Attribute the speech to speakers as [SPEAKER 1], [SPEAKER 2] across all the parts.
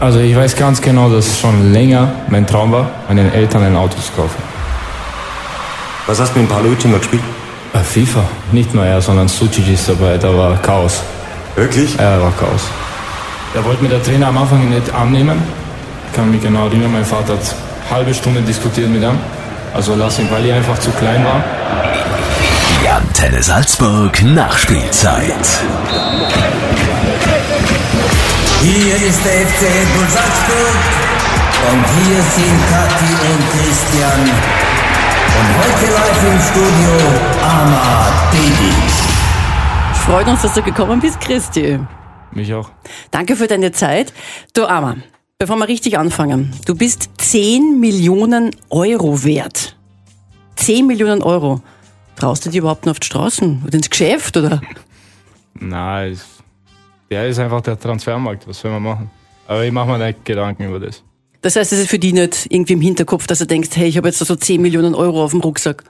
[SPEAKER 1] Also ich weiß ganz genau, dass es schon länger mein Traum war, meinen Eltern ein Auto zu kaufen.
[SPEAKER 2] Was hast du mit dem Palucci mal gespielt?
[SPEAKER 1] Äh, FIFA, nicht nur er, sondern Sucic ist dabei, da war Chaos.
[SPEAKER 2] Wirklich?
[SPEAKER 1] Er war Chaos. Da wollte mir der Trainer am Anfang nicht annehmen. Kann mich genau erinnern, mein Vater hat halbe Stunde diskutiert mit ihm. Also lass ihn, weil ich einfach zu klein war.
[SPEAKER 3] Die Antenne Salzburg Nachspielzeit.
[SPEAKER 4] Hier ist der FC Red Bull Salzburg und hier sind Kathi und Christian. Und heute live im Studio Arma Dedic.
[SPEAKER 5] Freut uns, dass du gekommen bist, Christi.
[SPEAKER 1] Mich auch.
[SPEAKER 5] Danke für deine Zeit. Du Armer, bevor wir richtig anfangen, du bist 10 Millionen Euro wert. 10 Millionen Euro. Traust du dir überhaupt noch auf die Straßen oder ins Geschäft oder?
[SPEAKER 1] Na, es- der ist einfach der Transfermarkt, was soll man machen? Aber ich mache mir nicht Gedanken über das.
[SPEAKER 5] Das heißt, es ist für die nicht irgendwie im Hinterkopf, dass du denkst, hey, ich habe jetzt da so 10 Millionen Euro auf dem Rucksack.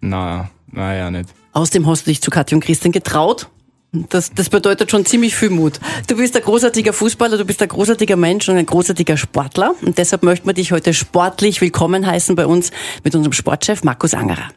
[SPEAKER 1] Na, naja, nicht.
[SPEAKER 5] Außerdem hast du dich zu Katja und Christian getraut. Das, das bedeutet schon ziemlich viel Mut. Du bist ein großartiger Fußballer, du bist ein großartiger Mensch und ein großartiger Sportler. Und deshalb möchten wir dich heute sportlich willkommen heißen bei uns mit unserem Sportchef Markus Angerer.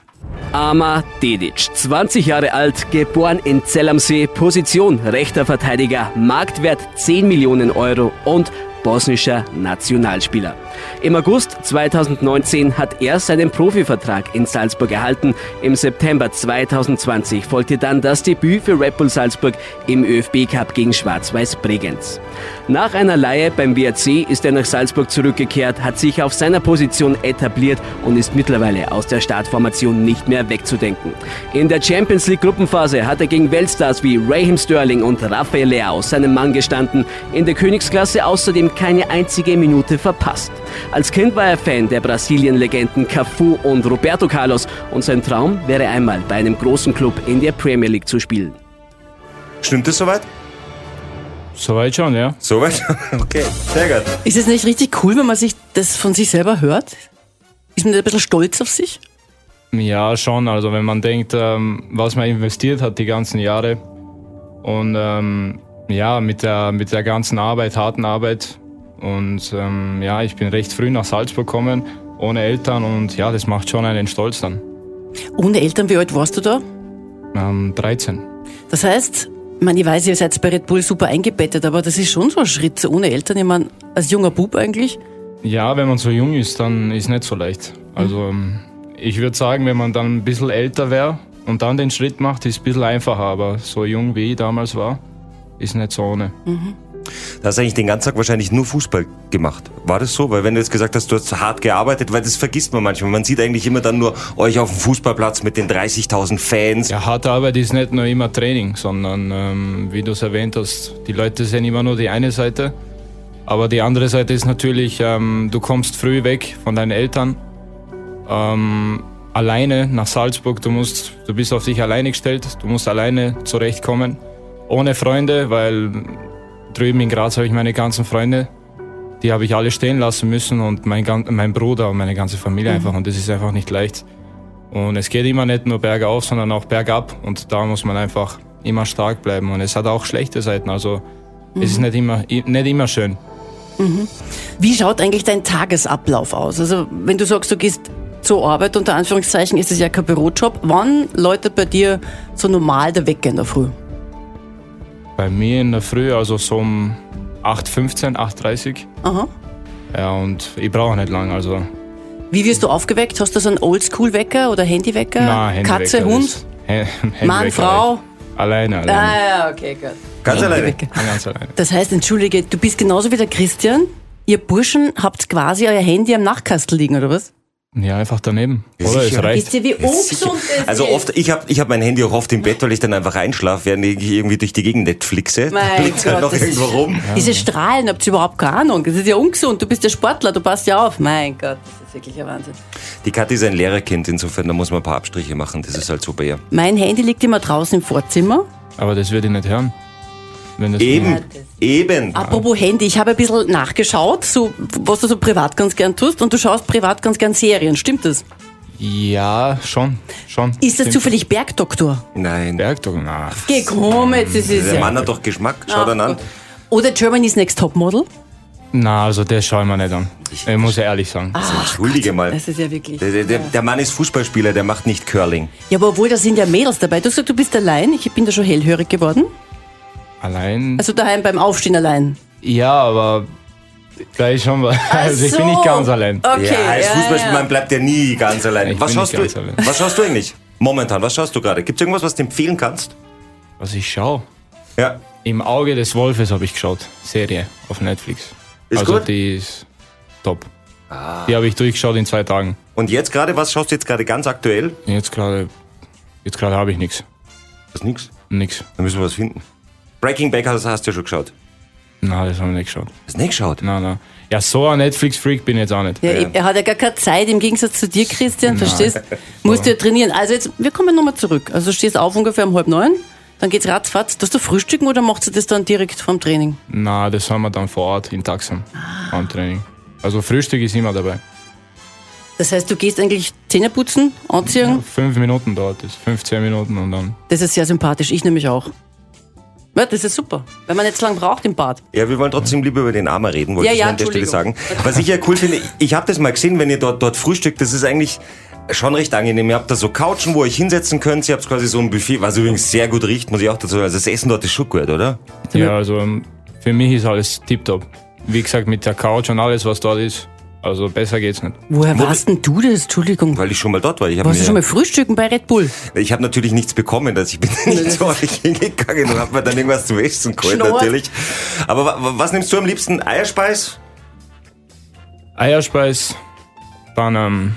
[SPEAKER 6] Ama Dedic, 20 Jahre alt, geboren in Zell am See, Position rechter Verteidiger, Marktwert 10 Millionen Euro und bosnischer Nationalspieler. Im August 2019 hat er seinen Profivertrag in Salzburg erhalten. Im September 2020 folgte dann das Debüt für Red Bull Salzburg im ÖFB Cup gegen Schwarz-Weiß Bregenz. Nach einer Leihe beim WRC ist er nach Salzburg zurückgekehrt, hat sich auf seiner Position etabliert und ist mittlerweile aus der Startformation nicht mehr wegzudenken. In der Champions League Gruppenphase hat er gegen Weltstars wie Raheem Sterling und Rafael Leao seinem Mann gestanden, in der Königsklasse außerdem keine einzige Minute verpasst. Als Kind war er Fan der Brasilien-Legenden Cafu und Roberto Carlos und sein Traum wäre einmal bei einem großen Club in der Premier League zu spielen.
[SPEAKER 2] Stimmt das soweit?
[SPEAKER 1] Soweit schon, ja.
[SPEAKER 2] Soweit? Okay, sehr gut.
[SPEAKER 5] Ist es nicht richtig cool, wenn man sich das von sich selber hört? Ist man nicht ein bisschen stolz auf sich?
[SPEAKER 1] Ja, schon. Also wenn man denkt, ähm, was man investiert hat die ganzen Jahre und ähm, ja, mit der, mit der ganzen Arbeit, harten Arbeit. Und ähm, ja, ich bin recht früh nach Salzburg gekommen, ohne Eltern und ja, das macht schon einen stolz dann.
[SPEAKER 5] Ohne Eltern, wie alt warst du da?
[SPEAKER 1] Ähm, 13.
[SPEAKER 5] Das heißt, ich meine, ich weiß, ihr seid bei Red Bull super eingebettet, aber das ist schon so ein Schritt so ohne Eltern. Ich meine, als junger Bub eigentlich.
[SPEAKER 1] Ja, wenn man so jung ist, dann ist nicht so leicht. Also ähm, ich würde sagen, wenn man dann ein bisschen älter wäre und dann den Schritt macht, ist es ein bisschen einfacher, aber so jung wie ich damals war, ist nicht so ohne.
[SPEAKER 2] Da hast du eigentlich den ganzen Tag wahrscheinlich nur Fußball gemacht. War das so? Weil wenn du jetzt gesagt hast, du hast hart gearbeitet, weil das vergisst man manchmal. Man sieht eigentlich immer dann nur euch auf dem Fußballplatz mit den 30.000 Fans.
[SPEAKER 1] Ja, harte Arbeit ist nicht nur immer Training, sondern ähm, wie du es erwähnt hast, die Leute sehen immer nur die eine Seite. Aber die andere Seite ist natürlich, ähm, du kommst früh weg von deinen Eltern. Ähm, alleine nach Salzburg, du, musst, du bist auf dich alleine gestellt, du musst alleine zurechtkommen. Ohne Freunde, weil drüben in Graz habe ich meine ganzen Freunde, die habe ich alle stehen lassen müssen und mein, gan- mein Bruder und meine ganze Familie einfach. Und das ist einfach nicht leicht. Und es geht immer nicht nur bergauf, sondern auch bergab. Und da muss man einfach immer stark bleiben. Und es hat auch schlechte Seiten. Also es
[SPEAKER 5] Mhm.
[SPEAKER 1] ist nicht immer, i- nicht immer schön.
[SPEAKER 5] Wie schaut eigentlich dein Tagesablauf aus? Also, wenn du sagst, du gehst zur Arbeit, unter Anführungszeichen, ist es ja kein Bürojob. Wann läutet bei dir so normal der Wecker in der Früh?
[SPEAKER 1] Bei mir in der Früh, also so um 8.15, 8.30.
[SPEAKER 5] Aha.
[SPEAKER 1] Ja, und ich brauche nicht lang. Also
[SPEAKER 5] Wie wirst du aufgeweckt? Hast du so einen Oldschool-Wecker oder Handywecker?
[SPEAKER 1] nein, Handywecker
[SPEAKER 5] Katze,
[SPEAKER 1] ist-
[SPEAKER 5] Hund,
[SPEAKER 1] Hä-
[SPEAKER 5] Mann,
[SPEAKER 1] Handywecker.
[SPEAKER 5] Frau?
[SPEAKER 1] Alleine, alleine.
[SPEAKER 5] Ah, ja, okay, gut.
[SPEAKER 2] Ganz alleine.
[SPEAKER 5] Handywecker.
[SPEAKER 1] Ganz alleine.
[SPEAKER 5] Das heißt, entschuldige, du bist genauso wie der Christian. Ihr Burschen habt quasi euer Handy am Nachkastel liegen, oder was?
[SPEAKER 1] Ja, einfach daneben. Oder es
[SPEAKER 2] Sicher.
[SPEAKER 1] reicht.
[SPEAKER 5] Wisst ihr, wie ungesund das
[SPEAKER 2] Also
[SPEAKER 5] ist?
[SPEAKER 2] oft, ich habe ich hab mein Handy auch oft im Bett, weil ich dann einfach einschlafe, während ich irgendwie durch die Gegend Netflixe. Da
[SPEAKER 5] Mein
[SPEAKER 2] liegt's
[SPEAKER 5] Gott,
[SPEAKER 2] halt noch
[SPEAKER 5] das ist-
[SPEAKER 2] irgendwo rum.
[SPEAKER 5] Diese Strahlen habt ihr überhaupt keine Ahnung. Das ist ja ungesund. Du bist ja Sportler, du passt ja auf. Mein Gott, das ist wirklich ein Wahnsinn.
[SPEAKER 2] Die Kathi ist ein Lehrerkind, insofern, da muss man ein paar Abstriche machen. Das ist halt so bei ihr.
[SPEAKER 5] Mein Handy liegt immer draußen im Vorzimmer.
[SPEAKER 1] Aber das würde ich nicht hören. Wenn das
[SPEAKER 2] Eben, eben.
[SPEAKER 5] Apropos Handy, ich habe ein bisschen nachgeschaut, so, was du so privat ganz gern tust. Und du schaust privat ganz gern Serien, stimmt das?
[SPEAKER 1] Ja, schon. schon.
[SPEAKER 5] Ist das
[SPEAKER 1] Stimmt.
[SPEAKER 5] zufällig Bergdoktor?
[SPEAKER 2] Nein.
[SPEAKER 1] Bergdruck? Na,
[SPEAKER 5] Geh komm, jetzt ist es
[SPEAKER 2] Der
[SPEAKER 5] ja. Ah,
[SPEAKER 2] Mann hat doch Geschmack. Schau dann an.
[SPEAKER 5] Oder Germany's Next Topmodel?
[SPEAKER 1] Na, also das schaue ich mir nicht an. Ich muss ja ehrlich sagen.
[SPEAKER 2] Also Entschuldige mal.
[SPEAKER 5] Das ist ja wirklich.
[SPEAKER 2] Der, der, der Mann ist Fußballspieler, der macht nicht Curling.
[SPEAKER 5] Ja, aber obwohl, da sind ja Mädels dabei. Du hast gesagt, du bist allein. Ich bin da schon hellhörig geworden.
[SPEAKER 1] Allein.
[SPEAKER 5] Also daheim beim Aufstehen allein.
[SPEAKER 1] Ja, aber gleich schon mal. Also ich bin nicht ganz allein.
[SPEAKER 5] Okay.
[SPEAKER 2] ja, als
[SPEAKER 5] ja.
[SPEAKER 2] Fußballspieler man bleibt ja nie ganz allein.
[SPEAKER 1] Ich
[SPEAKER 2] was
[SPEAKER 1] bin
[SPEAKER 2] schaust
[SPEAKER 1] nicht
[SPEAKER 2] du?
[SPEAKER 1] ganz allein.
[SPEAKER 2] Was schaust du eigentlich? Momentan, was schaust du gerade? Gibt es irgendwas, was du empfehlen kannst?
[SPEAKER 1] Was ich schaue.
[SPEAKER 2] Ja.
[SPEAKER 1] Im Auge des Wolfes habe ich geschaut. Serie auf Netflix.
[SPEAKER 2] Ist
[SPEAKER 1] also
[SPEAKER 2] gut?
[SPEAKER 1] die ist top. Die habe ich durchgeschaut in zwei Tagen.
[SPEAKER 2] Und jetzt gerade, was schaust du jetzt gerade ganz aktuell?
[SPEAKER 1] Jetzt gerade jetzt gerade habe ich nichts.
[SPEAKER 2] Das ist nix.
[SPEAKER 1] Nix.
[SPEAKER 2] Da müssen wir was finden. Breaking Back hast, hast du ja schon geschaut.
[SPEAKER 1] Na, das habe ich nicht geschaut.
[SPEAKER 2] Hast du nicht geschaut?
[SPEAKER 1] Na, na. Ja, so ein Netflix-Freak bin ich jetzt auch nicht.
[SPEAKER 5] Ja, eben, er hat ja gar keine Zeit, im Gegensatz zu dir, Christian, verstehst? Musst du ja trainieren. Also jetzt, wir kommen nochmal zurück. Also du stehst auf ungefähr um halb neun, dann geht's ratzfatz. Darfst du frühstücken oder machst du das dann direkt vom Training?
[SPEAKER 1] Na, das haben wir dann vor Ort in Taxam am Training. Also Frühstück ist immer dabei.
[SPEAKER 5] Das heißt, du gehst eigentlich Zähne putzen, anziehen.
[SPEAKER 1] Fünf Minuten dauert es, 15 Minuten und dann.
[SPEAKER 5] Das ist sehr sympathisch, ich nämlich auch. Ja, das ist super, wenn man jetzt lang braucht im Bad.
[SPEAKER 2] Ja, wir wollen trotzdem lieber über den Armer reden, wollte
[SPEAKER 5] Ja,
[SPEAKER 2] ich
[SPEAKER 5] ja,
[SPEAKER 2] an der Stelle sagen.
[SPEAKER 5] Entschuldigung.
[SPEAKER 2] Was ich ja cool finde, ich habe das mal gesehen, wenn ihr dort, dort frühstückt, das ist eigentlich schon recht angenehm. Ihr habt da so Couchen, wo ihr euch hinsetzen könnt. Ihr habt quasi so ein Buffet, was übrigens sehr gut riecht, muss ich auch dazu sagen. Also das Essen dort ist schon gut, oder?
[SPEAKER 1] Ja, also ähm, für mich ist alles tiptop. Wie gesagt, mit der Couch und alles, was dort ist. Also besser geht's nicht.
[SPEAKER 5] Woher warst denn du das? Entschuldigung.
[SPEAKER 2] Weil ich schon mal dort war. Ich habe
[SPEAKER 5] Warst du schon
[SPEAKER 2] mir-
[SPEAKER 5] mal frühstücken bei Red Bull?
[SPEAKER 2] ich habe natürlich nichts bekommen, dass ich bin nicht zu euch hingegangen und habe mir dann irgendwas zu essen geholt,
[SPEAKER 5] Schnurrt.
[SPEAKER 2] natürlich. Aber wa- wa- was nimmst du am liebsten? Eierspeis?
[SPEAKER 1] Eierspeis, dann, ähm,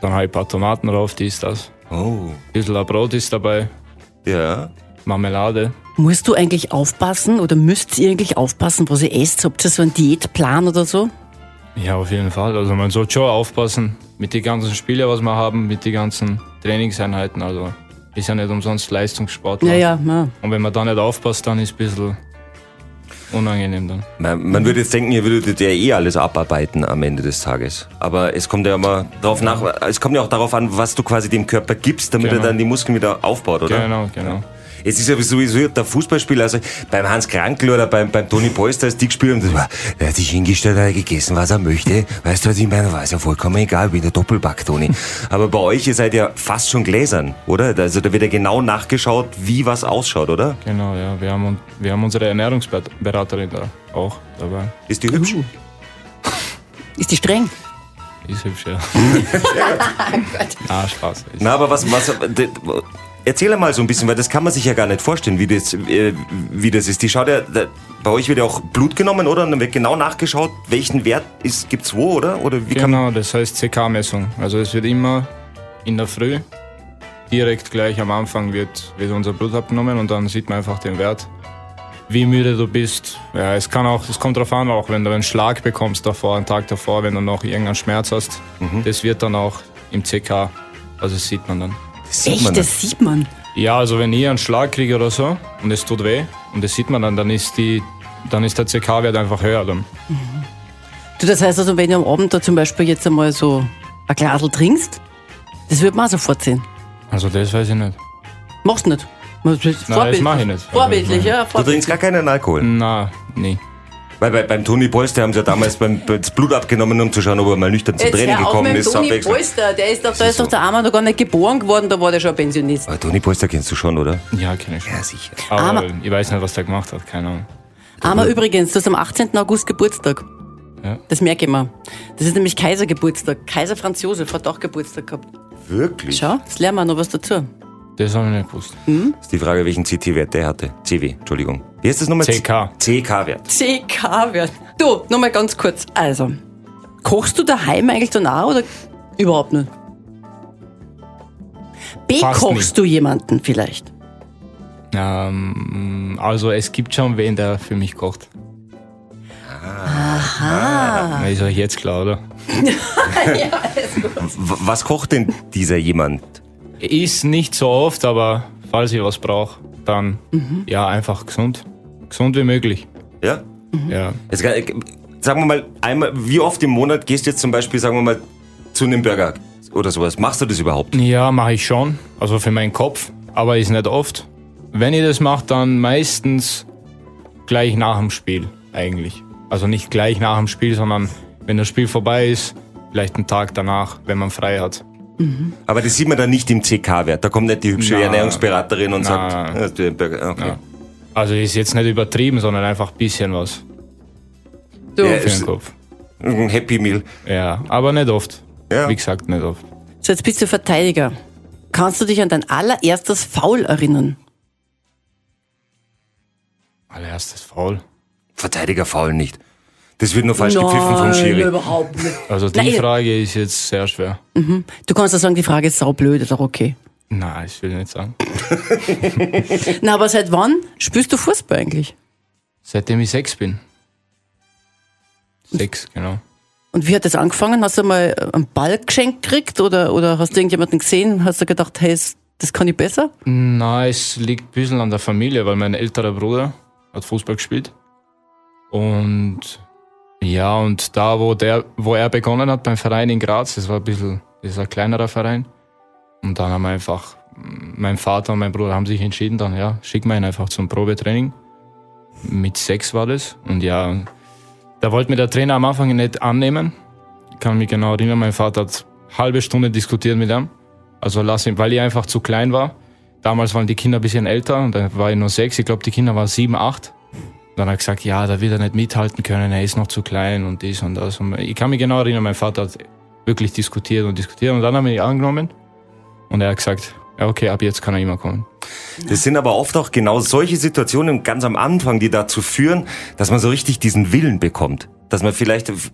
[SPEAKER 1] dann halt ein paar Tomaten drauf, dies, das.
[SPEAKER 2] Oh.
[SPEAKER 1] Ein bisschen ein Brot ist dabei,
[SPEAKER 2] Ja.
[SPEAKER 1] Marmelade.
[SPEAKER 5] Musst du eigentlich aufpassen oder müsst ihr eigentlich aufpassen, was ihr esst? Habt ihr so einen Diätplan oder so?
[SPEAKER 1] Ja, auf jeden Fall. Also man sollte schon aufpassen mit den ganzen Spielen, was wir haben, mit den ganzen Trainingseinheiten. Also ist ja nicht umsonst Leistungssportler.
[SPEAKER 5] Ja, ja, ja.
[SPEAKER 1] Und wenn man da nicht aufpasst, dann ist es ein bisschen unangenehm dann.
[SPEAKER 2] Man, man würde jetzt denken, ihr würdet ja eh alles abarbeiten am Ende des Tages. Aber es kommt ja immer darauf nach, es kommt ja auch darauf an, was du quasi dem Körper gibst, damit
[SPEAKER 1] Genau.
[SPEAKER 2] er dann die Muskeln wieder aufbaut, oder?
[SPEAKER 1] Genau, genau.
[SPEAKER 2] Es ist ja sowieso der Fußballspieler, also beim Hans Krankl oder beim, beim Toni Polster als Dickspieler, das war, der hat sich hingestellt, hat gegessen, was er möchte. Weißt du, was ich meine? War es ja vollkommen egal, wie der Doppelback, Toni. Aber bei euch, ihr seid ja fast schon gläsern, oder? Also da wird ja genau nachgeschaut, wie was ausschaut, oder?
[SPEAKER 1] Genau, ja. Wir haben, un- wir haben unsere Ernährungsberaterin da auch dabei.
[SPEAKER 2] Ist die
[SPEAKER 1] Uh,
[SPEAKER 2] hübsch?
[SPEAKER 5] Ist die streng?
[SPEAKER 1] Ist hübsch, ja. Na, Spaß. Ist
[SPEAKER 2] Na, aber was, was, d- erzähl mal so ein bisschen, weil das kann man sich ja gar nicht vorstellen, wie das, äh, wie das ist. Die schaut ja, da- bei euch wird ja auch Blut genommen, oder? Und dann wird genau nachgeschaut, welchen Wert ist, gibt's wo, oder? Oder wie kann man,
[SPEAKER 1] Genau, das heißt CK-Messung. Also es wird immer in der Früh, direkt gleich am Anfang wird, wird unser Blut abgenommen und dann sieht man einfach den Wert, wie müde du bist. Ja, es kann auch, es kommt drauf an, auch wenn du einen Schlag bekommst davor, einen Tag davor, wenn du noch irgendeinen Schmerz hast,
[SPEAKER 2] Mhm.
[SPEAKER 1] das wird dann auch im CK, also das sieht man dann.
[SPEAKER 2] das sieht man
[SPEAKER 5] Echt,
[SPEAKER 2] dann.
[SPEAKER 5] das sieht man.
[SPEAKER 1] Ja, also wenn ich einen Schlag kriege oder so und es tut weh und das sieht man dann, dann ist die, dann ist der CK-Wert einfach höher dann.
[SPEAKER 5] Du, das heißt also, wenn du am Abend da zum Beispiel jetzt einmal so ein Glasl trinkst, das wird man auch sofort sehen.
[SPEAKER 1] Also das weiß ich nicht.
[SPEAKER 5] Machst du nicht. Nein,
[SPEAKER 1] Nein, das mach ich nicht. Also,
[SPEAKER 5] Vorbildlich, ja.
[SPEAKER 2] Du
[SPEAKER 5] Vorbildlich.
[SPEAKER 2] trinkst gar keinen Alkohol.
[SPEAKER 1] Na, nee.
[SPEAKER 2] Weil bei, beim Toni Polster haben sie ja damals beim, das Blut abgenommen, um zu schauen, ob er mal nüchtern zum Training gekommen ist.
[SPEAKER 5] Toni
[SPEAKER 2] abwechselnd.
[SPEAKER 5] Polster, der ist doch, da ist doch der Armer noch gar nicht geboren geworden, da war der schon Pensionist.
[SPEAKER 2] Aber Toni Polster kennst du schon, oder?
[SPEAKER 1] Ja, keine Chance.
[SPEAKER 2] sicher.
[SPEAKER 1] Aber
[SPEAKER 5] Aber-
[SPEAKER 1] ich weiß nicht, was der gemacht hat, keine Ahnung.
[SPEAKER 5] Armer übrigens, du hast am 18. August Geburtstag.
[SPEAKER 1] Ja.
[SPEAKER 5] Das merke ich mir. Das ist nämlich Kaisergeburtstag. Kaiser Franz Josef hat auch Geburtstag gehabt.
[SPEAKER 2] Wirklich?
[SPEAKER 5] Schau, jetzt lernen wir noch was dazu.
[SPEAKER 1] Das habe ich nicht gewusst.
[SPEAKER 2] Ist die Frage, welchen CT-Wert der hatte. CW, Entschuldigung. Wie heißt das nochmal?
[SPEAKER 1] CK.
[SPEAKER 2] CK-Wert.
[SPEAKER 5] CK werden. Du, nochmal ganz kurz. Also, kochst du daheim eigentlich danach oder überhaupt nicht?
[SPEAKER 1] Fast
[SPEAKER 5] Bekochst
[SPEAKER 1] nicht.
[SPEAKER 5] du jemanden vielleicht?
[SPEAKER 1] Ähm, also es gibt schon wen, der für mich kocht. Aha. Ist euch jetzt klar, oder?
[SPEAKER 2] Was kocht denn dieser jemand?
[SPEAKER 1] Ist nicht so oft, aber falls ich was brauche, dann ja, einfach gesund. Gesund wie möglich.
[SPEAKER 2] Ja?
[SPEAKER 1] Ja.
[SPEAKER 2] Jetzt, kann- äh, sagen wir mal, einmal, wie oft im Monat gehst du jetzt zum Beispiel, sagen wir mal, zu einem Burger oder sowas? Machst du das überhaupt?
[SPEAKER 1] Ja, mache ich schon. Also für meinen Kopf, aber ist nicht oft. Wenn ich das mache, dann meistens gleich nach dem Spiel, eigentlich. Also nicht gleich nach dem Spiel, sondern wenn das Spiel vorbei ist, vielleicht einen Tag danach, wenn man frei hat.
[SPEAKER 2] Aber das sieht man dann nicht im CK-Wert. Da kommt nicht die hübsche
[SPEAKER 1] Na.
[SPEAKER 2] Ernährungsberaterin und
[SPEAKER 1] Na.
[SPEAKER 2] sagt, "Ja, du- okay.
[SPEAKER 1] Ja. Also ist jetzt nicht übertrieben, sondern einfach ein bisschen was
[SPEAKER 5] Du,
[SPEAKER 2] Ja,
[SPEAKER 1] für
[SPEAKER 2] ist-
[SPEAKER 1] den Kopf.
[SPEAKER 2] ein Happy Meal.
[SPEAKER 1] Ja, aber nicht oft.
[SPEAKER 2] Ja.
[SPEAKER 1] Wie gesagt, nicht oft.
[SPEAKER 5] so jetzt bist du Verteidiger. Kannst du dich an dein allererstes Foul erinnern?
[SPEAKER 1] Allererstes Foul.
[SPEAKER 2] Verteidiger faulen nicht. Das wird nur falsch gepfiffen vom
[SPEAKER 5] Nein,
[SPEAKER 2] Schiri.
[SPEAKER 5] überhaupt nicht.
[SPEAKER 1] Also die
[SPEAKER 5] Nein.
[SPEAKER 1] Frage ist jetzt sehr schwer.
[SPEAKER 5] Du kannst ja sagen, die Frage ist saublöd, ist auch okay.
[SPEAKER 1] Nein, ich will nicht sagen.
[SPEAKER 5] Na, aber seit wann spielst du Fußball eigentlich?
[SPEAKER 1] Seitdem ich sechs bin. Sechs, genau.
[SPEAKER 5] Und wie hat das angefangen? Hast du mal einen Ball geschenkt gekriegt oder, oder hast du irgendjemanden gesehen? Hast du gedacht, hey, s- das kann ich besser?
[SPEAKER 1] Na, es liegt ein bisschen an der Familie, weil mein älterer Bruder hat Fußball gespielt. Und ja, und da, wo, der, wo er begonnen hat, beim Verein in Graz, das war ein bisschen, das ist ein kleinerer Verein. Und dann haben wir einfach, mein Vater und mein Bruder haben sich entschieden, dann ja, schick mal ihn einfach zum Probetraining. Mit sechs war das. Und ja, da wollte mir der Trainer am Anfang nicht annehmen. Ich kann mich genau erinnern, mein Vater hat halbe Stunde diskutiert mit ihm. Also lass ihn, weil ich einfach zu klein war. Damals waren die Kinder ein bisschen älter und dann war ich nur sechs. Ich glaube, die Kinder waren sieben, acht. Dann hat er gesagt, ja, da wird er nicht mithalten können, er ist noch zu klein und dies und das. Und ich kann mich genau erinnern, mein Vater hat wirklich diskutiert und diskutiert und dann haben wir ihn angenommen und er hat gesagt, ja, okay, ab jetzt kann er immer kommen.
[SPEAKER 2] Das sind aber oft auch genau solche Situationen ganz am Anfang, die dazu führen, dass man so richtig diesen Willen bekommt. Dass man vielleicht, also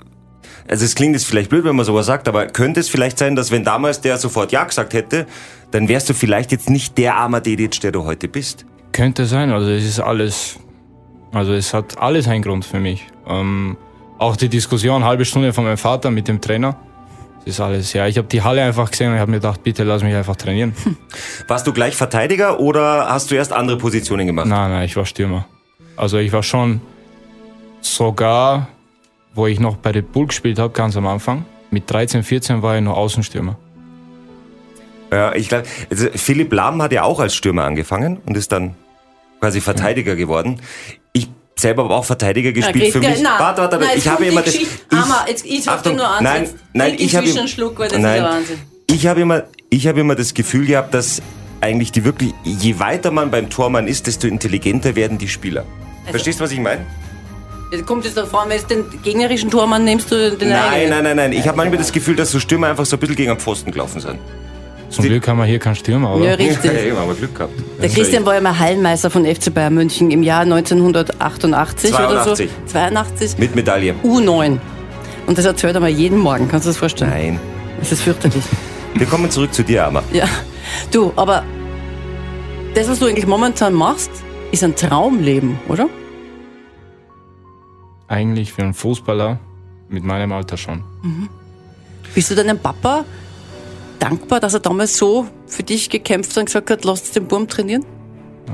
[SPEAKER 2] es klingt jetzt vielleicht blöd, wenn man sowas sagt, aber könnte es vielleicht sein, dass wenn damals der sofort Ja gesagt hätte, dann wärst du vielleicht jetzt nicht der armer Dedic, der du heute bist.
[SPEAKER 1] Könnte sein, also es ist alles, also es hat alles einen Grund für mich. Ähm, auch die Diskussion, halbe Stunde von meinem Vater mit dem Trainer, es ist alles, ja, ich habe die Halle einfach gesehen und ich habe mir gedacht, bitte lass mich einfach trainieren.
[SPEAKER 2] Warst du gleich Verteidiger oder hast du erst andere Positionen gemacht?
[SPEAKER 1] Nein, nein, ich war Stürmer. Also ich war schon sogar, wo ich noch bei Red Bull gespielt habe, ganz am Anfang. Mit 13, 14 war ich noch Außenstürmer.
[SPEAKER 2] Ja, ich glaube, also Philipp Lahm hat ja auch als Stürmer angefangen und ist dann quasi Verteidiger geworden. Ich selber habe auch Verteidiger gespielt.
[SPEAKER 5] Mhm. Christian,
[SPEAKER 2] Für mich.
[SPEAKER 5] nein.
[SPEAKER 2] warte, warte,
[SPEAKER 5] Nein,
[SPEAKER 2] warte.
[SPEAKER 5] jetzt
[SPEAKER 2] Ich habe
[SPEAKER 5] kommt
[SPEAKER 2] immer
[SPEAKER 5] die
[SPEAKER 2] das.
[SPEAKER 5] Geschichte. Hammer, jetzt- ich hab den nur ansetzt.
[SPEAKER 2] nein, nein,
[SPEAKER 5] Trink
[SPEAKER 2] ich habe
[SPEAKER 5] inzwischen einen Schluck, weil das ist
[SPEAKER 2] nein,
[SPEAKER 5] der Wahnsinn.
[SPEAKER 2] Ich habe immer, ich habe immer das Gefühl gehabt, dass eigentlich die wirklich, je weiter man beim Tormann ist, desto intelligenter werden die Spieler.
[SPEAKER 5] Also
[SPEAKER 2] Verstehst du, was ich meine?
[SPEAKER 5] Jetzt kommt es davon, wenn du den gegnerischen Tormann nimmst du den
[SPEAKER 2] Nein,
[SPEAKER 5] eigenen.
[SPEAKER 2] nein, nein, nein. Ich habe manchmal das Gefühl, dass so Stürmer einfach so ein bisschen gegen am Pfosten gelaufen sind.
[SPEAKER 1] Zum Glück haben wir hier keinen Stürmer,
[SPEAKER 5] Ja,
[SPEAKER 1] oder?
[SPEAKER 5] richtig.
[SPEAKER 2] Ja, eben, aber Glück gehabt. Also
[SPEAKER 5] Der Christian war ja mal Hallenmeister von FC Bayern München im Jahr 1988 oder so.
[SPEAKER 2] 82.
[SPEAKER 5] 82.
[SPEAKER 2] Mit Medaille.
[SPEAKER 5] U9. Und das erzählt er mal jeden Morgen, kannst du das vorstellen?
[SPEAKER 2] Nein.
[SPEAKER 5] Das ist fürchterlich.
[SPEAKER 2] Wir kommen zurück zu dir, Amar.
[SPEAKER 5] Ja. Du, aber das, was du eigentlich momentan machst, ist ein Traumleben, oder?
[SPEAKER 1] Eigentlich für einen Fußballer mit meinem Alter schon.
[SPEAKER 5] Bist du deinem Papa dankbar, dass er damals so für dich gekämpft hat und gesagt hat, lass den Burm trainieren?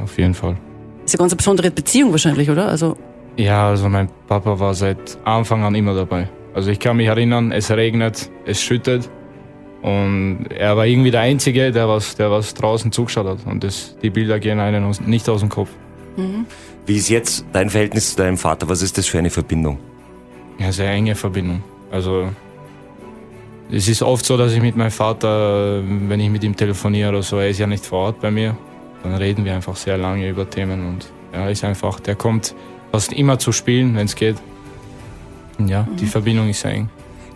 [SPEAKER 1] Auf jeden Fall.
[SPEAKER 5] Das ist eine ganz besondere Beziehung wahrscheinlich, oder? Also,
[SPEAKER 1] Ja, also mein Papa war seit Anfang an immer dabei. Also ich kann mich erinnern, es regnet, es schüttet. Und er war irgendwie der Einzige, der was, der was draußen zugeschaut hat. Und das, die Bilder gehen einem aus- nicht aus dem Kopf.
[SPEAKER 2] Wie ist jetzt dein Verhältnis zu deinem Vater? Was ist das für eine Verbindung?
[SPEAKER 1] Ja, sehr enge Verbindung. Also es ist oft so, dass ich mit meinem Vater, wenn ich mit ihm telefoniere oder so, er ist ja nicht vor Ort bei mir, dann reden wir einfach sehr lange über Themen und ja, ist einfach, der kommt fast immer zu spielen, wenn es geht. Und Ja, die Verbindung ist sehr eng.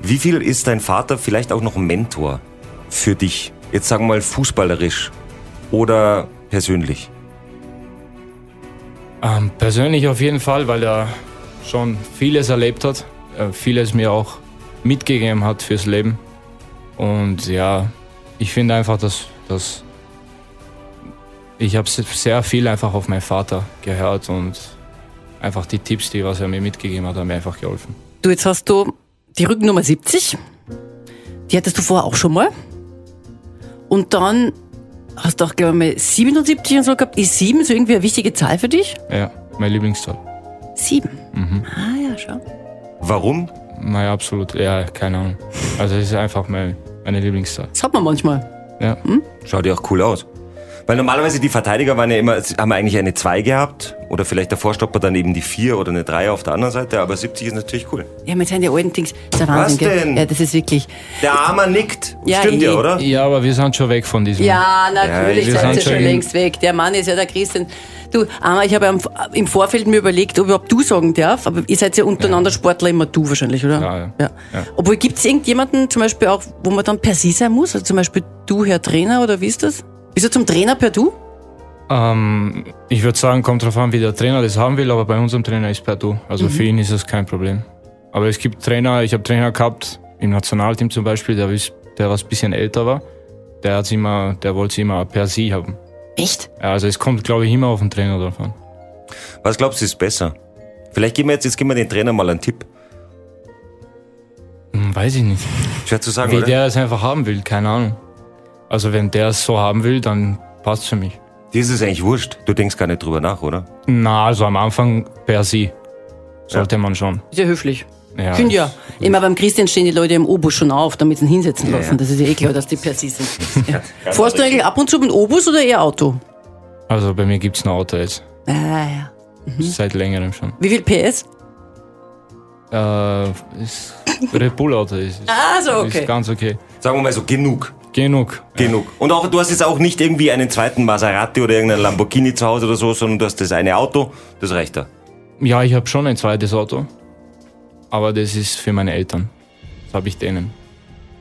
[SPEAKER 2] Wie viel ist dein Vater vielleicht auch noch ein Mentor für dich? Jetzt sagen wir mal fußballerisch oder persönlich.
[SPEAKER 1] Ähm, persönlich auf jeden Fall, weil er schon vieles erlebt hat, äh, vieles mir auch mitgegeben hat fürs Leben. Und ja, ich finde einfach, dass, dass ich habe se- sehr viel einfach auf meinen Vater gehört und einfach die Tipps, die was er mir mitgegeben hat, haben mir einfach geholfen.
[SPEAKER 5] du, jetzt hast du die Rückennummer 70. Die hattest du vorher auch schon mal. Und dann hast du auch, glaube ich, mal 77 und so gehabt. Ist 7 so irgendwie eine wichtige Zahl für dich?
[SPEAKER 1] Ja, mein Lieblingszahl.
[SPEAKER 5] 7. Ah ja, schau.
[SPEAKER 2] Warum?
[SPEAKER 1] Mein absolut, ja, keine Ahnung. Also es ist einfach mein, meine Lieblingszahl.
[SPEAKER 5] Das hat man manchmal.
[SPEAKER 1] Ja.
[SPEAKER 2] Schaut ja auch cool aus. Weil normalerweise die Verteidiger waren ja immer, haben eigentlich eine 2 gehabt oder vielleicht davor stoppt dann eben die 4 oder eine 3 auf der anderen Seite, aber 70 ist natürlich cool.
[SPEAKER 5] Ja, mit seinen die alten Dings. Das ist der Wahnsinn, gell?
[SPEAKER 2] denn?
[SPEAKER 5] Ja, das ist wirklich.
[SPEAKER 2] Der Armer nickt.
[SPEAKER 5] Ja,
[SPEAKER 2] Stimmt
[SPEAKER 5] eh.
[SPEAKER 2] ja, oder?
[SPEAKER 1] Ja, aber wir sind schon weg von diesem.
[SPEAKER 5] Ja, natürlich
[SPEAKER 1] wir
[SPEAKER 5] seid
[SPEAKER 1] sind
[SPEAKER 5] ihr schon
[SPEAKER 1] schon-
[SPEAKER 5] längst weg. Der Mann ist ja der Christian. Du, Arma, ich habe am- im Vorfeld mir überlegt, ob ich überhaupt du sagen darf, aber ihr seid ja untereinander Sportler immer du wahrscheinlich, oder?
[SPEAKER 1] Ja, ja. Ja.
[SPEAKER 5] Obwohl, gibt es irgendjemanden zum Beispiel auch, wo man dann per sie sein muss? Also zum Beispiel du, Herr Trainer, oder wie ist das? Bist du zum Trainer per du?
[SPEAKER 1] Ähm, ich würde sagen, kommt drauf an, wie der Trainer das haben will, aber bei unserem Trainer ist per Du. Also für ihn ist das kein Problem. Aber es gibt Trainer, ich habe Trainer gehabt, im Nationalteam zum Beispiel, der, ist, der was bisschen älter war, der hat's immer, der wollte es immer per Sie haben.
[SPEAKER 5] Echt?
[SPEAKER 1] Ja, also es kommt, glaube ich, immer auf den Trainer drauf an.
[SPEAKER 2] Was glaubst du, ist besser? Vielleicht geben wir jetzt, jetzt geben wir den Trainer mal einen Tipp.
[SPEAKER 1] Hm, weiß ich nicht.
[SPEAKER 2] Schwer zu sagen,
[SPEAKER 1] Wie
[SPEAKER 2] oder?
[SPEAKER 1] der es einfach haben will, keine Ahnung. Also wenn der es so haben will, dann passt für mich.
[SPEAKER 2] Dir ist es eigentlich wurscht. Du denkst gar nicht drüber nach, oder?
[SPEAKER 1] Na, also am Anfang per Sie sollte man schon.
[SPEAKER 5] Ist ja höflich.
[SPEAKER 1] Ja,
[SPEAKER 5] Finde ja.
[SPEAKER 1] es-
[SPEAKER 5] Immer beim Christian stehen die Leute im Obus schon auf, damit sie ihn hinsetzen lassen.
[SPEAKER 2] ja.
[SPEAKER 5] Das ist ja eh klar, dass die per sie sind. ja. Fährst du eigentlich ab und zu mit Obus oder eher Auto?
[SPEAKER 1] Also bei mir gibt's ein Auto jetzt,
[SPEAKER 5] Ah, ja.
[SPEAKER 1] seit längerem schon.
[SPEAKER 5] Wie viel PS?
[SPEAKER 1] Äh, ist Red Bull Auto ist, ist,
[SPEAKER 5] Ah, so, okay.
[SPEAKER 1] ist ganz okay.
[SPEAKER 2] Sagen wir mal so, genug.
[SPEAKER 1] Genug.
[SPEAKER 2] Genug. Und auch, du hast jetzt auch nicht irgendwie einen zweiten Maserati oder irgendeinen Lamborghini zu Hause oder so, sondern du hast das eine Auto, das reicht da.
[SPEAKER 1] Ja, ich habe schon ein zweites Auto, aber das ist für meine Eltern. Das habe ich denen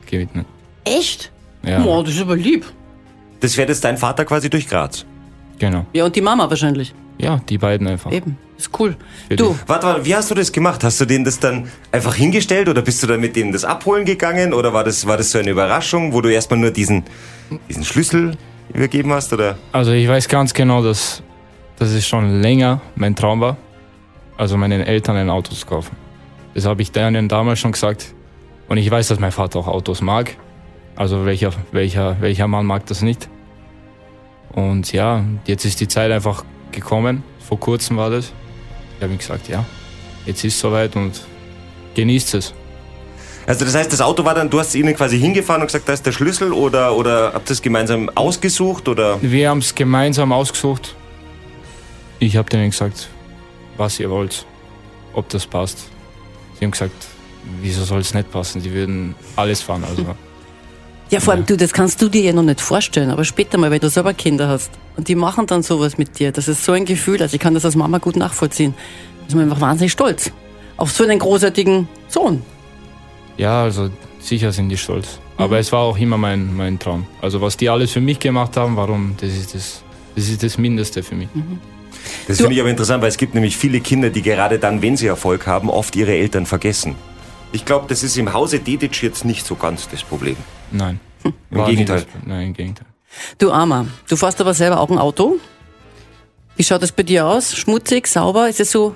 [SPEAKER 1] gewidmet.
[SPEAKER 5] Echt?
[SPEAKER 1] Ja,
[SPEAKER 5] Boah, das ist aber lieb.
[SPEAKER 2] Das fährt jetzt dein Vater quasi durch Graz.
[SPEAKER 1] genau.
[SPEAKER 5] Ja, und die Mama wahrscheinlich.
[SPEAKER 1] Ja, die beiden einfach.
[SPEAKER 5] Eben. Ist cool.
[SPEAKER 1] Für
[SPEAKER 5] Du,
[SPEAKER 1] die-
[SPEAKER 2] Warte mal, wie hast du das gemacht? Hast du denen das dann einfach hingestellt oder bist du dann mit denen das abholen gegangen oder war das, war das so eine Überraschung, wo du erstmal nur diesen, diesen Schlüssel übergeben hast oder?
[SPEAKER 1] Also ich weiß ganz genau, dass das ist schon länger mein Traum war, also meinen Eltern ein Auto zu kaufen. Das habe ich denen damals schon gesagt. Und ich weiß, dass mein Vater auch Autos mag. Also welcher, welcher, welcher Mann mag das nicht? Und ja, jetzt ist die Zeit einfach gekommen. Vor kurzem war das. Ich habe ihm gesagt, ja, jetzt ist soweit und genießt es.
[SPEAKER 2] Also das heißt, das Auto war dann, du hast ihnen quasi hingefahren und gesagt, da ist der Schlüssel oder, oder habt ihr es gemeinsam ausgesucht oder?
[SPEAKER 1] Wir haben es gemeinsam ausgesucht. Ich habe denen gesagt, was ihr wollt, ob das passt. Sie haben gesagt, wieso soll es nicht passen? Sie würden alles fahren. Also
[SPEAKER 5] ja vor allem, du, das kannst du dir ja noch nicht vorstellen, aber später mal, wenn du selber Kinder hast und die machen dann sowas mit dir, das ist so ein Gefühl, also ich kann das als Mama gut nachvollziehen. Da ist man einfach wahnsinnig stolz auf so einen großartigen Sohn.
[SPEAKER 1] ja, also sicher sind die stolz.
[SPEAKER 5] Mhm.
[SPEAKER 1] Aber es war auch immer mein, mein Traum. Also was die alles für mich gemacht haben, warum, das ist das, das, ist das Mindeste für mich.
[SPEAKER 5] Mhm.
[SPEAKER 2] Das finde ich aber interessant, weil es gibt nämlich viele Kinder, die gerade dann, wenn sie Erfolg haben, oft ihre Eltern vergessen. Ich glaube, das ist im Hause Dedic jetzt nicht so ganz das Problem.
[SPEAKER 1] Nein.
[SPEAKER 5] Hm.
[SPEAKER 1] Im
[SPEAKER 2] Gegenteil.
[SPEAKER 1] nein, im Gegenteil.
[SPEAKER 5] Du Armer, du fährst aber selber auch ein Auto. Wie schaut das bei dir aus? Schmutzig, sauber? Ist es so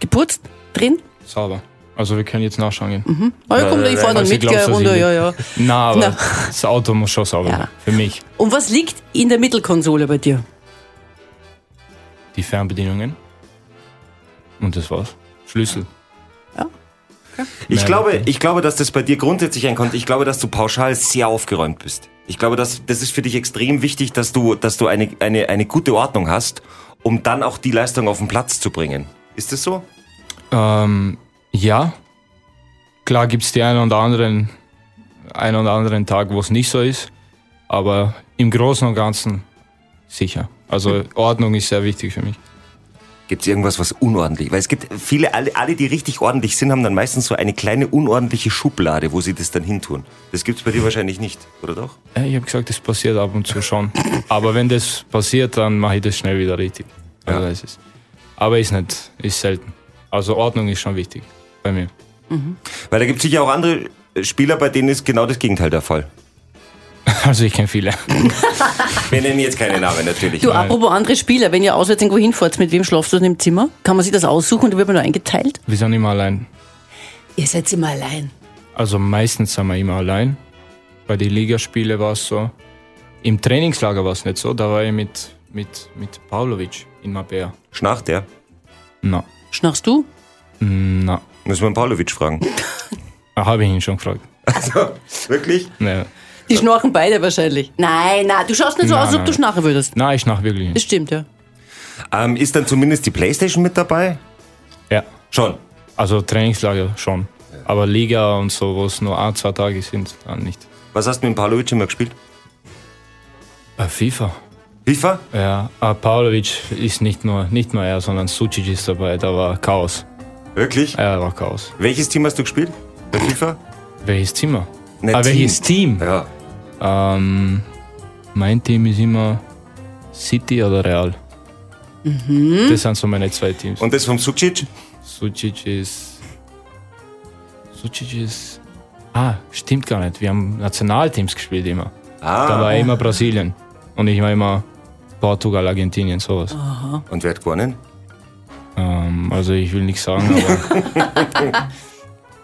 [SPEAKER 5] geputzt drin?
[SPEAKER 1] Sauber. Also wir können jetzt nachschauen gehen.
[SPEAKER 5] Oh, ja, komm, ich fahre dann
[SPEAKER 1] Also,
[SPEAKER 5] mit,
[SPEAKER 1] glaubst
[SPEAKER 5] gell,
[SPEAKER 1] du,
[SPEAKER 5] runter,
[SPEAKER 1] sie-
[SPEAKER 5] ja, ja.
[SPEAKER 1] Na, aber
[SPEAKER 5] Na.
[SPEAKER 1] das Auto muss schon sauber
[SPEAKER 5] Ja.
[SPEAKER 1] sein. Für mich.
[SPEAKER 5] Und was liegt in der Mittelkonsole bei dir?
[SPEAKER 1] die Fernbedienungen. Und das war's. Schlüssel.
[SPEAKER 2] Ich
[SPEAKER 1] Nein,
[SPEAKER 2] glaube, ich glaube, dass das bei dir grundsätzlich ein Konto. Ich glaube, dass du pauschal sehr aufgeräumt bist. Ich glaube, dass das ist für dich extrem wichtig, dass du, dass du eine, eine, eine gute Ordnung hast, um dann auch die Leistung auf den Platz zu bringen. Ist das so?
[SPEAKER 1] Ähm, ja. Klar gibt's die einen oder anderen, einen oder anderen Tag, wo es nicht so ist. Aber im Großen und Ganzen sicher. Also Ordnung ist sehr wichtig für mich.
[SPEAKER 2] Gibt es irgendwas, was unordentlich? Weil es gibt viele, alle, alle, die richtig ordentlich sind, haben dann meistens so eine kleine unordentliche Schublade, wo sie das dann hintun. Das gibt's bei dir wahrscheinlich nicht, oder doch?
[SPEAKER 1] Ja, Äh, Ich habe gesagt, das passiert ab und zu schon. Aber wenn das passiert, dann mache ich das schnell wieder richtig. Also
[SPEAKER 2] Ja.
[SPEAKER 1] es ist, aber ist nicht, ist selten. Also Ordnung ist schon wichtig bei mir.
[SPEAKER 2] Weil da gibt es sicher auch andere Spieler, bei denen ist genau das Gegenteil der Fall.
[SPEAKER 1] Also ich kenne viele.
[SPEAKER 2] Wir nennen jetzt keine Namen natürlich. ne?
[SPEAKER 5] Du, apropos andere Spieler, wenn ihr auswärts irgendwo hinfahrt, mit wem schlafst du denn im Zimmer? Kann man sich das aussuchen und wird man da eingeteilt?
[SPEAKER 1] Wir sind immer allein.
[SPEAKER 5] Ihr seid immer allein.
[SPEAKER 1] Also meistens sind wir immer allein. Bei den Ligaspielen war es so. Im Trainingslager war es nicht so. Da war ich mit, mit, mit Pavlovic in Mabea.
[SPEAKER 2] Schnarcht der?
[SPEAKER 1] Na,
[SPEAKER 5] Schnarchst du?
[SPEAKER 1] na.
[SPEAKER 2] Müssen wir den Pavlovic fragen.
[SPEAKER 1] Habe ich ihn schon gefragt.
[SPEAKER 2] Wirklich?
[SPEAKER 1] Naja.
[SPEAKER 5] Die schnarchen beide wahrscheinlich. Nein, nein, du schaust nicht so
[SPEAKER 1] Nein,
[SPEAKER 5] aus, als ob
[SPEAKER 1] nein.
[SPEAKER 5] du schnarchen würdest.
[SPEAKER 1] Nein, ich nach wirklich
[SPEAKER 5] Das
[SPEAKER 1] nicht.
[SPEAKER 5] stimmt, ja.
[SPEAKER 2] Ähm, ist dann zumindest die Playstation mit dabei?
[SPEAKER 1] Ja.
[SPEAKER 2] Schon.
[SPEAKER 1] Also Trainingslager schon. Aber Liga und so, wo es nur ein, zwei Tage sind, dann nicht.
[SPEAKER 2] Was hast du mit dem Pavlovic immer gespielt?
[SPEAKER 1] Äh, FIFA.
[SPEAKER 2] FIFA?
[SPEAKER 1] Ja, äh, Pavlovic ist nicht nur, nicht nur er, sondern Sucic ist dabei. Da war Chaos.
[SPEAKER 2] Wirklich?
[SPEAKER 1] Er war Chaos.
[SPEAKER 2] Welches Team hast du gespielt? Bei FIFA?
[SPEAKER 1] Welches Zimmer?
[SPEAKER 2] Nicht
[SPEAKER 1] ah, welches Team?
[SPEAKER 2] Ja.
[SPEAKER 1] Ähm, mein Team ist immer City oder Real. Das sind so meine zwei Teams.
[SPEAKER 2] Und das vom Sucic?
[SPEAKER 1] Sucic ist. Sucic ist. Ah, stimmt gar nicht. Wir haben Nationalteams gespielt immer. Da
[SPEAKER 2] Ah,
[SPEAKER 1] war immer Brasilien. Und ich war immer Portugal, Argentinien, sowas.
[SPEAKER 2] und wer hat gewonnen?
[SPEAKER 1] Ähm, also ich will nichts sagen, aber.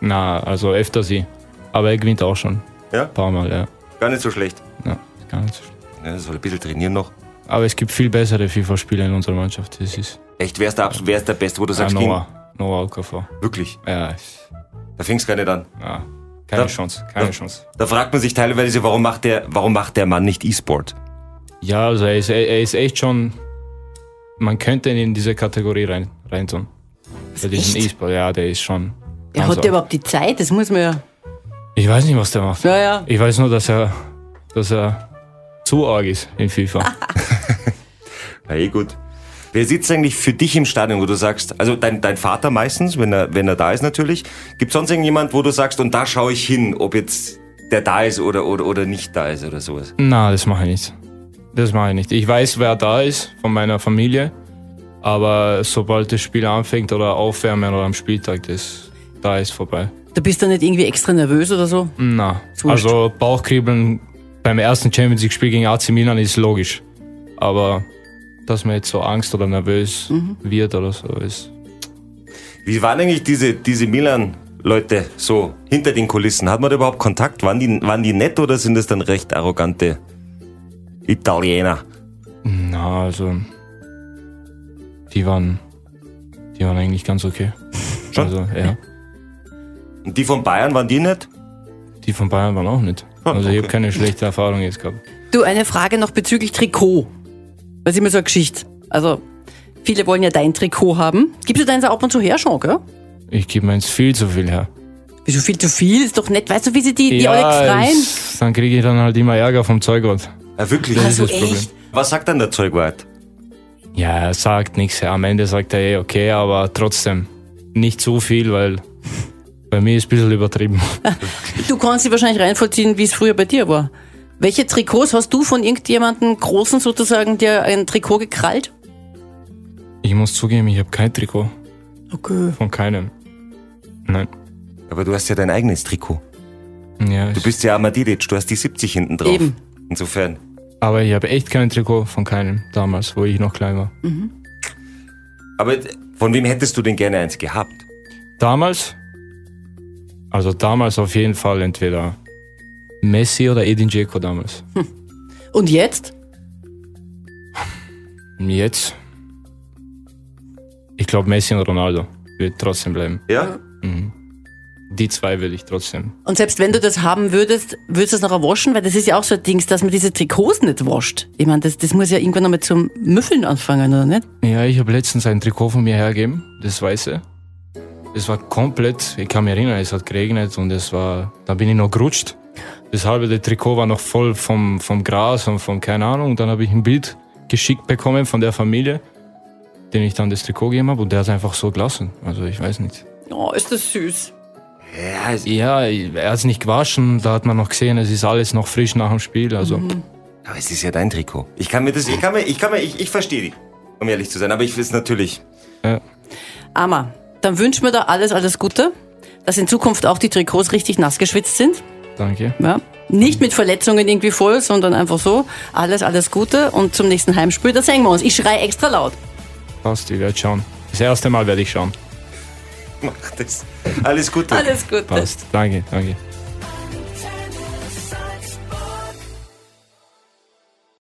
[SPEAKER 1] Na, also öfter sie. Aber er gewinnt auch schon.
[SPEAKER 2] Ja?
[SPEAKER 1] Ein paar Mal, ja.
[SPEAKER 2] Gar nicht so schlecht.
[SPEAKER 1] ja ist gar nicht so schlimm.
[SPEAKER 2] Ja, soll ein bisschen trainieren noch.
[SPEAKER 1] aber es gibt viel bessere FIFA-Spieler in unserer Mannschaft. Das ist
[SPEAKER 2] Echt, wer ist der, Abs- wer ist der Beste, wo du
[SPEAKER 1] äh,
[SPEAKER 2] sagst, ging?
[SPEAKER 1] Noah. Noah Okafor.
[SPEAKER 2] Wirklich,
[SPEAKER 1] Ja, ist-
[SPEAKER 2] da fing es gar nicht an.
[SPEAKER 1] na, keine
[SPEAKER 2] Da-
[SPEAKER 1] Chance, keine
[SPEAKER 2] da-
[SPEAKER 1] Chance.
[SPEAKER 2] Da fragt man sich teilweise, warum macht der, warum macht der Mann nicht E-Sport?
[SPEAKER 1] Ja, also er ist, er ist echt schon. Man könnte ihn in diese Kategorie rein, reintun. Bei diesem E-Sport, ja, der ist schon.
[SPEAKER 5] Er
[SPEAKER 1] ganz
[SPEAKER 5] hat ja
[SPEAKER 1] arg.
[SPEAKER 5] überhaupt die Zeit, das muss man ja.
[SPEAKER 1] ich weiß nicht, was der macht.
[SPEAKER 5] Ja, ja.
[SPEAKER 1] Ich weiß nur, dass er, dass er zu arg ist in FIFA.
[SPEAKER 2] Na eh gut. Wer sitzt eigentlich für dich im Stadion, wo du sagst, also dein, dein Vater meistens, wenn er, wenn er da ist natürlich. Gibt sonst irgendjemand, wo du sagst, und da schaue ich hin, ob jetzt der da ist oder, oder, oder nicht da ist oder sowas?
[SPEAKER 1] Na, das mache ich nicht. Das mache ich nicht. Ich weiß, wer da ist von meiner Familie, aber sobald das Spiel anfängt oder aufwärmen oder am Spieltag, das da ist vorbei.
[SPEAKER 5] Du bist dann nicht irgendwie extra nervös oder so.
[SPEAKER 1] Na,
[SPEAKER 5] wurscht.
[SPEAKER 1] also Bauchkribbeln beim ersten Champions League Spiel gegen AC Milan ist logisch, aber dass man jetzt so Angst oder nervös wird oder so ist.
[SPEAKER 2] Wie waren eigentlich diese, diese Milan-Leute so hinter den Kulissen? Hat man da überhaupt Kontakt? Waren die, waren die nett oder sind das dann recht arrogante Italiener?
[SPEAKER 1] Na, also die waren, die waren eigentlich ganz okay.
[SPEAKER 2] Schon?
[SPEAKER 1] Also ja.
[SPEAKER 2] Und die von Bayern, waren die nett?
[SPEAKER 1] Die von Bayern waren auch nicht. Also ich habe keine schlechte Erfahrung jetzt gehabt.
[SPEAKER 5] Du, eine Frage noch bezüglich Trikot. Das ist immer so eine Geschichte. Also, viele wollen ja dein Trikot haben. Gibst du deins auch ab und zu her schon, gell?
[SPEAKER 1] Ich gebe meins viel zu viel her.
[SPEAKER 5] Wieso viel zu viel? Ist doch nett. Weißt du, wie sie die, die alle gefreien?
[SPEAKER 1] ist- dann kriege ich dann halt immer Ärger vom Zeugwart.
[SPEAKER 2] Ja, wirklich.
[SPEAKER 1] Das ist das Problem.
[SPEAKER 2] Was sagt dann der Zeugwart?
[SPEAKER 1] Ja, er sagt nichts. Am Ende sagt er eh okay, aber trotzdem nicht so viel, weil bei mir ist ein bisschen übertrieben.
[SPEAKER 5] Du kannst sie wahrscheinlich reinvollziehen, wie es früher bei dir war. Welche Trikots hast du von irgendjemandem Großen sozusagen dir ein Trikot gekrallt?
[SPEAKER 1] Ich muss zugeben, ich habe kein Trikot.
[SPEAKER 5] Okay.
[SPEAKER 1] Von keinem. Nein.
[SPEAKER 2] Aber du hast ja dein eigenes Trikot.
[SPEAKER 1] Ja,
[SPEAKER 2] Du bist ja Amadidic, du hast die 70 hinten drauf.
[SPEAKER 5] Eben.
[SPEAKER 2] Insofern.
[SPEAKER 1] aber ich habe echt kein Trikot von keinem damals, wo ich noch klein war.
[SPEAKER 2] Aber von wem hättest du denn gerne eins gehabt?
[SPEAKER 1] Damals, also damals auf jeden Fall entweder Messi oder Edin Dzeko damals.
[SPEAKER 5] Und jetzt?
[SPEAKER 1] Jetzt? Ich glaube, Messi und Ronaldo wird trotzdem bleiben.
[SPEAKER 2] Ja?
[SPEAKER 1] Die zwei will ich trotzdem.
[SPEAKER 5] Und selbst wenn du das haben würdest, würdest du es nachher waschen? Weil das ist ja auch so ein Ding, dass man diese Trikots nicht wascht. Ich meine, das, das muss ja irgendwann einmal zum Müffeln anfangen, oder nicht?
[SPEAKER 1] Ja, ich habe letztens ein Trikot von mir hergegeben, das weiße. Es war komplett, ich kann mich erinnern, es hat geregnet und es war, da bin ich noch gerutscht. Das halbe Trikot war noch voll vom, vom Gras und vom, keine Ahnung. Und dann habe ich ein Bild geschickt bekommen von der Familie, den ich dann das Trikot gegeben habe und der hat es einfach so gelassen. Also ich weiß nicht.
[SPEAKER 5] Oh, ist das süß.
[SPEAKER 2] Ja, es-
[SPEAKER 1] Ja, er hat es nicht gewaschen, da hat man noch gesehen, es ist alles noch frisch nach dem Spiel. Also
[SPEAKER 2] aber es ist ja dein Trikot. Ich kann mir das, ich kann mir, ich kann mir, ich, ich verstehe dich, um ehrlich zu sein. Aber ich will es natürlich.
[SPEAKER 5] Amma, dann wünschen wir da alles, alles Gute, dass in Zukunft auch die Trikots richtig nass geschwitzt sind.
[SPEAKER 1] danke.
[SPEAKER 5] Ja. Nicht mit Verletzungen irgendwie voll, sondern einfach so. Alles, alles Gute und zum nächsten Heimspiel, da sehen wir uns. Ich schreie extra laut.
[SPEAKER 1] Passt, ich werde schauen. Das erste Mal werde ich schauen.
[SPEAKER 2] Mach das. Alles Gute.
[SPEAKER 5] Alles Gute.
[SPEAKER 1] Passt. Danke, danke.